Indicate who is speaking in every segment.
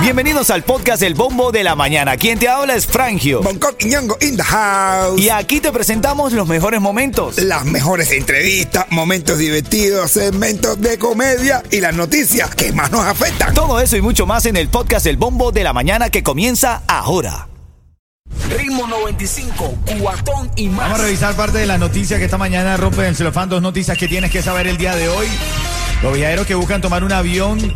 Speaker 1: Bienvenidos al podcast El Bombo de la Mañana. Quien te habla es Frangio.
Speaker 2: Bangkok y Ñongo in the house.
Speaker 1: Y aquí te presentamos los mejores momentos.
Speaker 2: Las mejores entrevistas, momentos divertidos, segmentos de comedia y las noticias que más nos afectan.
Speaker 1: Todo eso y mucho más en el podcast El Bombo de la Mañana que comienza ahora.
Speaker 3: Ritmo 95, cuatón y más.
Speaker 4: Vamos a revisar parte de las noticias que esta mañana rompen el celofán. Dos noticias que tienes que saber el día de hoy. Los viajeros que buscan tomar un avión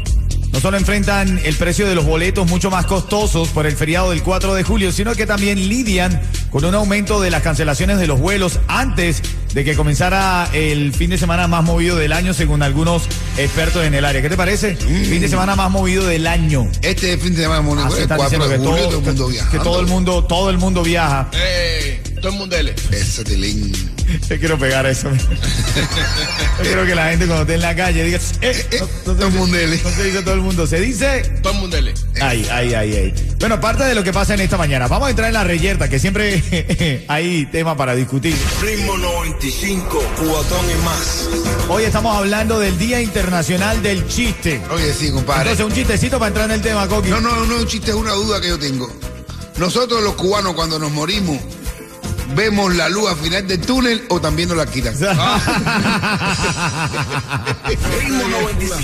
Speaker 4: no solo enfrentan el precio de los boletos mucho más costosos por el feriado del 4 de julio, sino que también lidian con un aumento de las cancelaciones de los vuelos antes de que comenzara el fin de semana más movido del año, según algunos expertos en el área. ¿Qué te parece? Fin de semana más movido del año.
Speaker 5: Este fin de semana
Speaker 4: Así Ah,
Speaker 5: el
Speaker 4: están
Speaker 5: 4
Speaker 4: diciendo
Speaker 5: de
Speaker 4: que
Speaker 5: julio, todo el mundo
Speaker 4: todo,
Speaker 5: viajando.
Speaker 4: que todo el mundo, todo el mundo viaja.
Speaker 5: ¡Eh! Todo el mundo dele. Ese tilín.
Speaker 4: Te quiero pegar eso. Yo creo que la gente cuando esté en la calle diga, eh,
Speaker 5: eh,
Speaker 4: no, no
Speaker 5: todo
Speaker 4: se-
Speaker 5: mundo dele.
Speaker 4: no se dice todo el mundo, se dice
Speaker 5: Todo el mundo dele.
Speaker 4: Ay, ay, ay, ay. Bueno, parte de lo que pasa en esta mañana. Vamos a entrar en la reyerta, que siempre hay tema para discutir.
Speaker 3: Ritmo 95, cuatón y más.
Speaker 4: Hoy estamos hablando del Día Internacional del Chiste.
Speaker 5: Oye, sí, compadre.
Speaker 4: Entonces, un chistecito para entrar en el tema, Coqui.
Speaker 5: No, no, no es un chiste, es una duda que yo tengo. Nosotros los cubanos cuando nos morimos, ¿vemos la luz al final del túnel o también nos la quitan?
Speaker 3: Ritmo 95,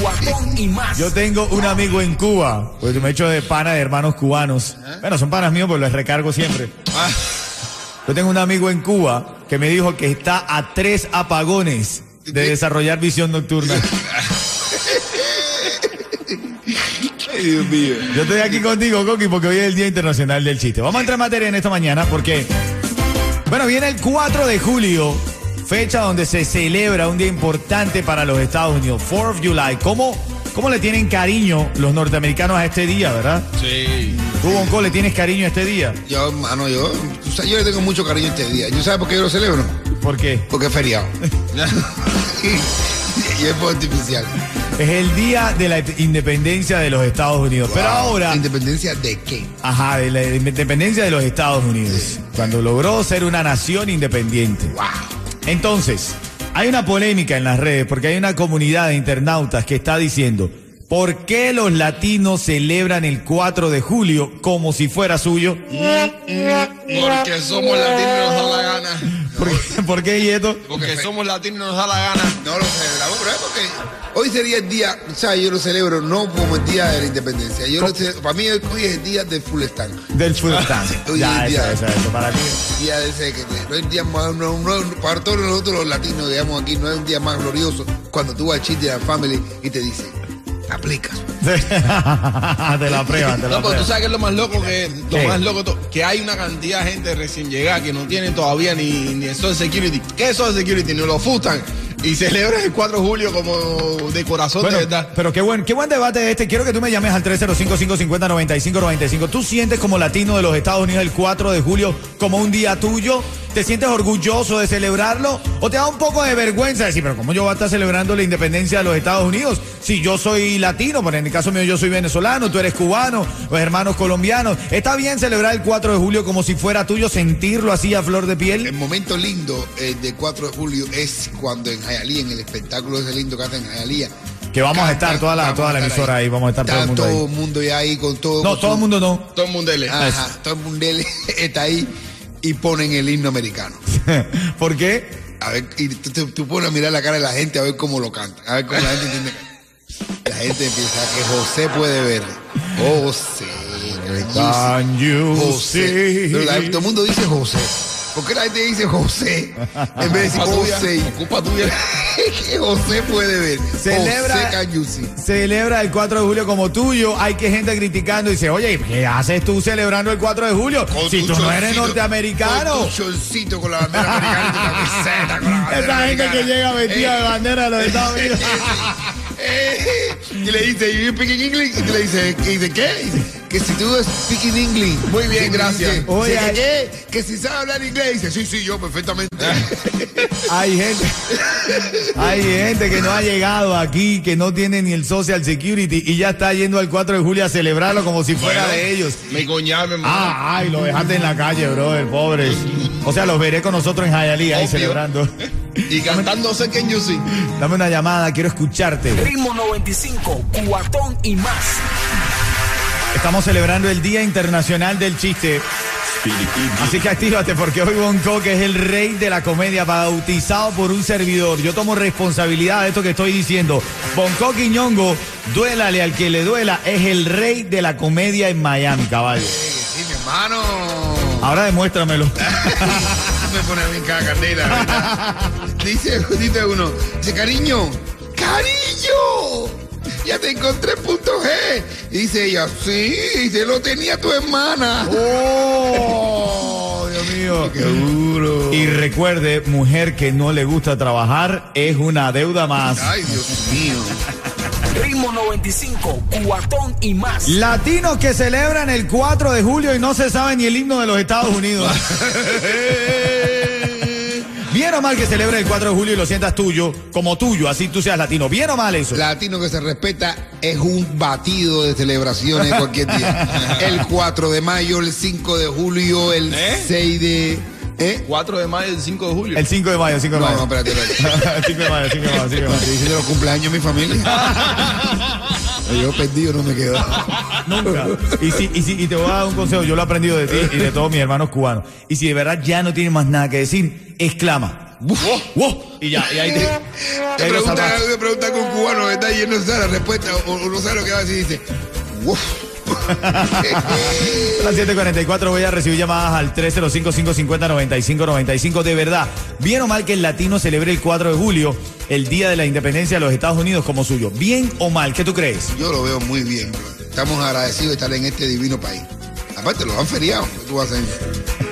Speaker 3: cuatón y más.
Speaker 4: Yo tengo un amigo en Cuba, pues yo me echo de pana de hermanos cubanos. Bueno, son panas míos, pues los recargo siempre.
Speaker 5: Ah.
Speaker 4: Yo tengo un amigo en Cuba que me dijo que está a tres apagones de desarrollar visión nocturna.
Speaker 5: Ay, Dios mío.
Speaker 4: Yo estoy aquí contigo, Coqui, porque hoy es el Día Internacional del Chiste. Vamos a entrar en materia en esta mañana porque, bueno, viene el 4 de julio, fecha donde se celebra un día importante para los Estados Unidos, 4 of July. ¿Cómo, cómo le tienen cariño los norteamericanos a este día, verdad?
Speaker 5: Sí.
Speaker 4: Tú, Bonco, le tienes cariño a este día.
Speaker 5: Yo, hermano, yo, tú sabes, yo le tengo mucho cariño a este día. ¿Yo sabes por qué yo lo celebro?
Speaker 4: ¿Por qué?
Speaker 5: Porque es feriado. y es por artificial.
Speaker 4: Es el día de la independencia de los Estados Unidos. Pero
Speaker 5: Wow.
Speaker 4: ahora...
Speaker 5: ¿Independencia de qué?
Speaker 4: Ajá, de la independencia de los Estados Unidos, cuando logró ser una nación independiente. Entonces, hay una polémica en las redes porque hay una comunidad de internautas que está diciendo, ¿por qué los latinos celebran el 4 de julio como si fuera suyo?
Speaker 6: Porque somos latinos y nos da la gana.
Speaker 4: ¿Por qué, ¿por qué, Yeto?
Speaker 6: Porque somos latinos y nos da la gana.
Speaker 5: No lo celebramos, pero es porque hoy sería el día, o sea, yo lo celebro no como el día de la independencia. Yo lo ce- para mí hoy hoy es el día del Fulestán,
Speaker 4: Del Fultán.
Speaker 5: Oye,
Speaker 4: Ya,
Speaker 5: ya.
Speaker 4: esa, esa, esa, para ti.
Speaker 5: día de ese que no es el día más, no, no- para todos nosotros los latinos, digamos aquí, no es un día más glorioso cuando tú vas a Chile a Family y te dicen, aplicas.
Speaker 4: Te la prueba, te la
Speaker 6: No, pero tú
Speaker 4: prueba.
Speaker 6: sabes que es lo más loco que lo
Speaker 4: ¿Qué?
Speaker 6: más loco to- que hay una cantidad de gente recién llegada que no tienen todavía ni, ni el Social Security. ¿Qué es Social Security? Ni lo futan. Y celebran el 4 de julio como de corazón
Speaker 4: Bueno,
Speaker 6: de verdad.
Speaker 4: pero qué buen, qué buen debate este. Quiero que tú me llames al 305-550-9595. ¿Tú sientes como latino de los Estados Unidos el 4 de julio como un día tuyo? ¿Te sientes orgulloso de celebrarlo? ¿O te da un poco de vergüenza decir, pero cómo yo voy a estar celebrando la independencia de los Estados Unidos? Si yo soy latino, pero en el caso mío yo soy venezolano, tú eres cubano, los hermanos colombianos. ¿Está bien celebrar el 4 de julio como si fuera tuyo, sentirlo así a flor de
Speaker 5: El
Speaker 4: piel?
Speaker 5: momento lindo eh, del 4 de julio es cuando en Jayalía, en el espectáculo ese lindo que hacen en Jayalía.
Speaker 4: Que vamos a estar toda la,
Speaker 5: vamos
Speaker 4: toda la
Speaker 5: a estar
Speaker 4: emisora ahí, vamos a estar todo
Speaker 5: Está
Speaker 4: el mundo
Speaker 5: todo
Speaker 4: ahí.
Speaker 5: el mundo ya ahí con todo.
Speaker 4: No,
Speaker 5: con
Speaker 4: todo
Speaker 5: su-
Speaker 4: el mundo no.
Speaker 6: Todo el mundo
Speaker 4: Ah,
Speaker 6: le.
Speaker 5: Ajá, todo el mundo está ahí y ponen el himno americano.
Speaker 4: ¿Por qué?
Speaker 5: A ver, y tú, tú- tú pones a mirar la cara de la gente a ver cómo lo cantan, a ver cómo la gente entiende. La gente empieza que José puede ver. José.
Speaker 4: Can you
Speaker 5: José.
Speaker 4: see?
Speaker 5: Pero la- todo el mundo dice José. ¿Por qué la gente dice José? En vez de decir
Speaker 6: Culpa
Speaker 5: José.
Speaker 6: tuya. Culpa tuya.
Speaker 5: que José puede ver.
Speaker 4: Celebra-
Speaker 5: José can you see.
Speaker 4: celebra el 4 de julio como tuyo, hay que gente criticando y dice, oye, ¿qué haces tú celebrando el 4 de julio?
Speaker 5: Con
Speaker 4: Si
Speaker 5: tu
Speaker 4: tú no eres
Speaker 5: chorcito,
Speaker 4: norteamericano.
Speaker 5: Con tu chorcito con la bandera americana, y tu camiseta con la bandera
Speaker 4: Esa gente que
Speaker 5: americana.
Speaker 4: llega vestida de
Speaker 5: Eh,
Speaker 4: bandera de los Estados Unidos.
Speaker 5: eh, y le dice, ¿you speak in English? Y le dice, ¿qué? Y dice, ¿qué? Y dice, Que si tú speak in English.
Speaker 6: Muy bien,
Speaker 5: Y le
Speaker 6: gracias.
Speaker 5: dice,
Speaker 4: Oye,
Speaker 5: "Sí,
Speaker 4: ay-
Speaker 5: ¿qué? Que si sabe hablar inglés. Y dice, sí, sí, yo perfectamente.
Speaker 4: Hay gente, hay gente que no ha llegado aquí, que no tiene ni el Social Security y ya está yendo al 4 de julio a celebrarlo como si fuera
Speaker 6: Bueno.
Speaker 4: de ellos.
Speaker 6: Me coñaba, hermano.
Speaker 4: Ah, ay, lo dejaste en la calle, brother, pobres. O sea, los veré con nosotros en Hialeah ahí
Speaker 6: Obvio.
Speaker 4: celebrando.
Speaker 6: Y cantándose que You See.
Speaker 4: Dame una llamada, quiero escucharte.
Speaker 3: Ritmo 95, cuatón y más.
Speaker 4: Estamos celebrando el Día Internacional del Chiste. Así que actívate porque hoy Bonco, que es el rey de la comedia, bautizado por un servidor. Yo tomo responsabilidad de esto que estoy diciendo. Bonco Quiñongo, duélale al que le duela, es el rey de la comedia en Miami, caballo.
Speaker 5: Sí, mi hermano.
Speaker 4: Ahora demuéstramelo.
Speaker 5: Me pone bien cada candela, ¿verdad? Dice, dice uno, dice, cariño, cariño, ya te encontré en punto G. Y dice ella, sí, dice, lo tenía tu hermana.
Speaker 4: ¡Oh! Dios mío.
Speaker 5: Qué duro.
Speaker 4: Y recuerde, mujer que no le gusta trabajar es una deuda más.
Speaker 5: Ay, Dios mío.
Speaker 3: Ritmo 95, cuatón y más.
Speaker 4: Latinos que celebran el 4 de julio y no se sabe ni el himno de los Estados Unidos. Bien o mal que celebren el 4 de julio y lo sientas tuyo, como tuyo, así tú seas latino. Bien o mal eso.
Speaker 5: Latino que se respeta es un batido de celebraciones cualquier día. El 4 de mayo, el 5 de julio, el
Speaker 6: ¿Eh?
Speaker 5: 6 de... ¿Eh?
Speaker 6: 4 de mayo y 5 de julio.
Speaker 4: El 5 de mayo, el 5 de
Speaker 5: No,
Speaker 4: mayo.
Speaker 5: no, espérate, espérate.
Speaker 4: 5 de mayo, el 5 de mayo, el 5 de mayo.
Speaker 5: Estoy diciendo los cumpleaños de mi familia. Yo perdido no me quedo.
Speaker 4: Nunca. Y, si, y, si- y te voy a dar un consejo, yo lo he aprendido de ti y de todos mis hermanos cubanos. Y si de verdad ya no tienes más nada que decir, exclama. Uf, uf, y ya, y ahí te. y
Speaker 5: Te
Speaker 4: ahí lo
Speaker 5: preguntan,
Speaker 4: salvaste.
Speaker 5: te preguntan con cubano, ¿verdad? Y él no sabe la respuesta, o, o no sabe lo que va a decir, y dice, uff.
Speaker 4: A las 7.44 voy a recibir llamadas al 305-550-9595. De verdad, bien o mal que el latino celebre el 4 de julio, el Día de la Independencia de los Estados Unidos como suyo. Bien o mal, ¿qué tú crees?
Speaker 5: Yo lo veo muy bien, bro. Estamos agradecidos de estar en este divino país. Aparte, lo han feriado. ¿Qué tú vas a hacer?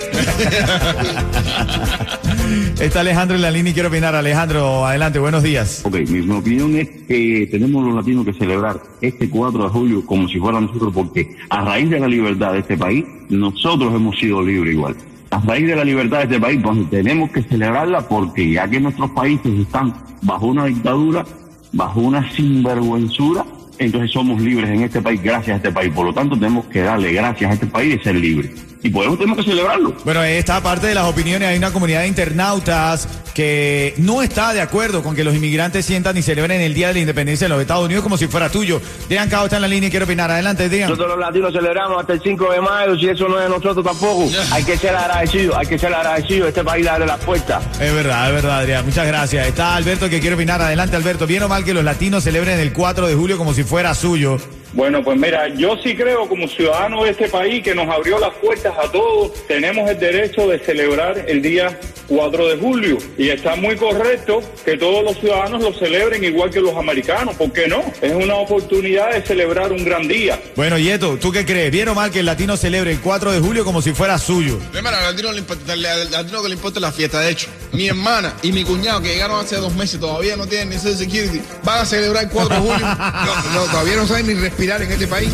Speaker 4: Está Alejandro en la línea y quiero opinar. Alejandro, adelante, buenos días.
Speaker 7: Ok, mi, mi opinión es que tenemos los latinos que celebrar este 4 de julio como si fuera nosotros, porque a raíz de la libertad de este país, nosotros hemos sido libres igual. A raíz de la libertad de este país, pues tenemos que celebrarla porque ya que nuestros países están bajo una dictadura, bajo una sinvergüenzura, entonces somos libres en este país gracias a este país. Por lo tanto, tenemos que darle gracias a este país de ser libres. Y por eso tenemos que celebrarlo.
Speaker 4: Bueno, esta parte de las opiniones, hay una comunidad de internautas que no está de acuerdo con que los inmigrantes sientan y celebren el Día de la Independencia de los Estados Unidos como si fuera tuyo. Dejan Cabo está en la línea y quiero opinar. Adelante, digan.
Speaker 8: Nosotros los latinos celebramos hasta el 5 de mayo, si eso no es de nosotros tampoco. Hay que ser agradecidos, hay que ser agradecidos. Este país le abre las puertas.
Speaker 4: Es verdad, es verdad, Adrián. Muchas gracias. Está Alberto que quiere opinar. Adelante, Alberto. Bien o mal que los latinos celebren el 4 de julio como si fuera suyo.
Speaker 9: Bueno, pues mira, yo sí creo como ciudadano de este país que nos abrió las puertas a todos, tenemos el derecho de celebrar el día 4 de julio. Y está muy correcto que todos los ciudadanos lo celebren igual que los americanos, ¿por qué no? Es una oportunidad de celebrar un gran día.
Speaker 4: Bueno, Yeto, ¿tú qué crees? Bien o mal que el latino celebre el 4 de julio como si fuera suyo.
Speaker 6: Primero, al latino, le importa, al- al latino que le importa la fiesta. De hecho, mi hermana y mi cuñado que llegaron hace dos meses todavía no tienen ni Social Security, van a celebrar el 4 de julio.
Speaker 5: No, no, todavía no saben ni respirar en este país.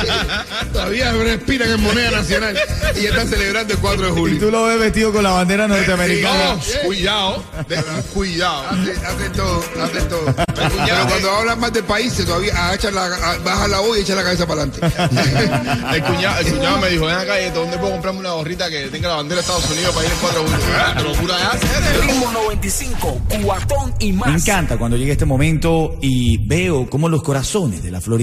Speaker 5: todavía respiran en moneda nacional. Y ya están celebrando el 4 de
Speaker 4: Y
Speaker 5: julio.
Speaker 4: tú lo ves vestido con la bandera norteamericana.
Speaker 6: No, oh, cuidado, de- cuidado.
Speaker 5: Hacen hacen todo, hacen todo. Pero cuando hablan más del país, se todavía agachan la, a- baja la voz y echan la cabeza para adelante.
Speaker 6: El cuñado, el cuñado me dijo, ven acá, Yeto, ¿dónde puedo comprarme una gorrita que tenga la bandera de Estados Unidos para ir el 4 de julio? Ah, ¿Te locura de hacer, eh?
Speaker 3: Ritmo 95, cuatón y
Speaker 4: Me
Speaker 3: más.
Speaker 4: encanta cuando llega este momento y veo cómo los corazones de la Florida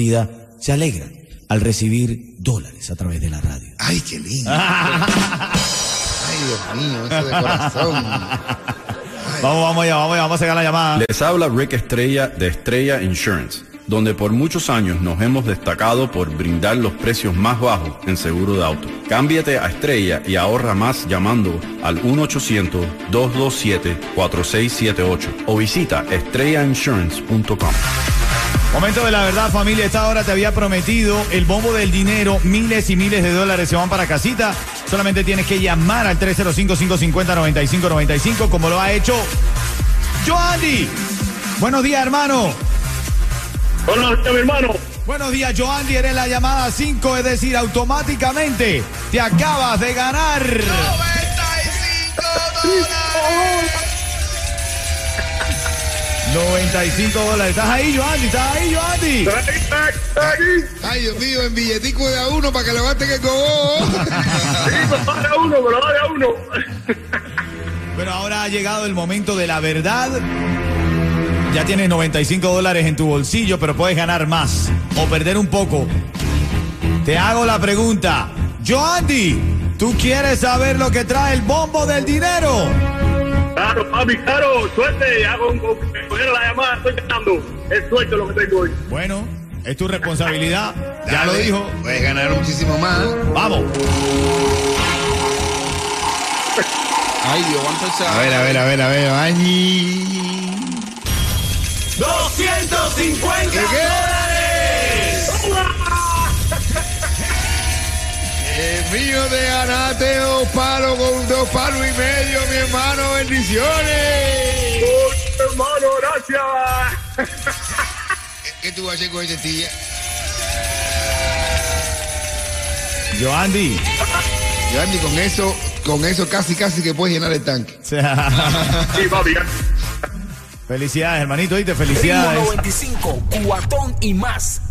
Speaker 4: se alegran al recibir dólares a través de la radio.
Speaker 5: Ay, qué lindo. Ay, Dios mío, eso de corazón.
Speaker 4: Vamos, vamos allá, vamos allá, vamos a sacar la llamada.
Speaker 10: Les habla Rick Estrella de Estrella Insurance, donde por muchos años nos hemos destacado por brindar los precios más bajos en seguro de auto. Cámbiate a Estrella y ahorra más llamando al 1-800-227-4678 o visita estrellainsurance.com.
Speaker 4: Momento de la verdad, familia. Esta hora te había prometido el bombo del dinero. Miles y miles de dólares se van para casita. Solamente tienes que llamar al 305-550-9595, como lo ha hecho Joandy. Buenos días, hermano.
Speaker 9: Hola, mi hermano.
Speaker 4: Buenos días, Joandy. Eres la llamada 5, es decir, automáticamente te acabas de ganar.
Speaker 6: 95 dólares.
Speaker 4: 95 dólares. ¿Estás ahí, Joandy? ¿Estás ahí, Joandy?
Speaker 5: Ay, Dios mío, en billetico de a uno para que levanten el cobo.
Speaker 9: Para uno, pero ahora uno.
Speaker 4: Pero ahora ha llegado el momento de la verdad. Ya tienes 95 dólares en tu bolsillo, pero puedes ganar más o perder un poco. Te hago la pregunta. Joandy, ¿tú quieres saber lo que trae el bombo del dinero?
Speaker 9: Claro, papi, claro, suerte, hago un coger la llamada, estoy cantando. Es suerte lo que tengo hoy.
Speaker 4: Bueno, es tu responsabilidad. Ya lo
Speaker 5: Dale,
Speaker 4: dijo.
Speaker 5: Puedes ganar muchísimo más.
Speaker 4: Vamos.
Speaker 6: Ay, Dios, va a empezar.
Speaker 5: A ver, a ver, a ver, a ver. Ay.
Speaker 3: 250
Speaker 5: ¿De qué?
Speaker 3: dólares.
Speaker 5: El mío de Anate, dos palos con dos palos y medio, mi hermano, bendiciones.
Speaker 9: Uy, hermano, gracias.
Speaker 5: ¿Qué tú vas a hacer con ese tía?
Speaker 4: Joandy.
Speaker 5: Yo, Andy, con eso, con eso casi, casi que puedes llenar el tanque.
Speaker 4: O sea,
Speaker 9: Sí, papi, ya.
Speaker 4: felicidades, hermanito. Y te
Speaker 3: Ritmo
Speaker 4: felicidades.
Speaker 3: 95, cuatón y más.